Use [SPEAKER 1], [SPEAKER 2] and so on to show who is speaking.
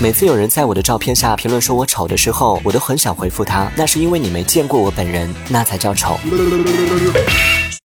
[SPEAKER 1] 每次有人在我的照片下评论说我丑的时候，我都很想回复他，那是因为你没见过我本人，那才叫丑。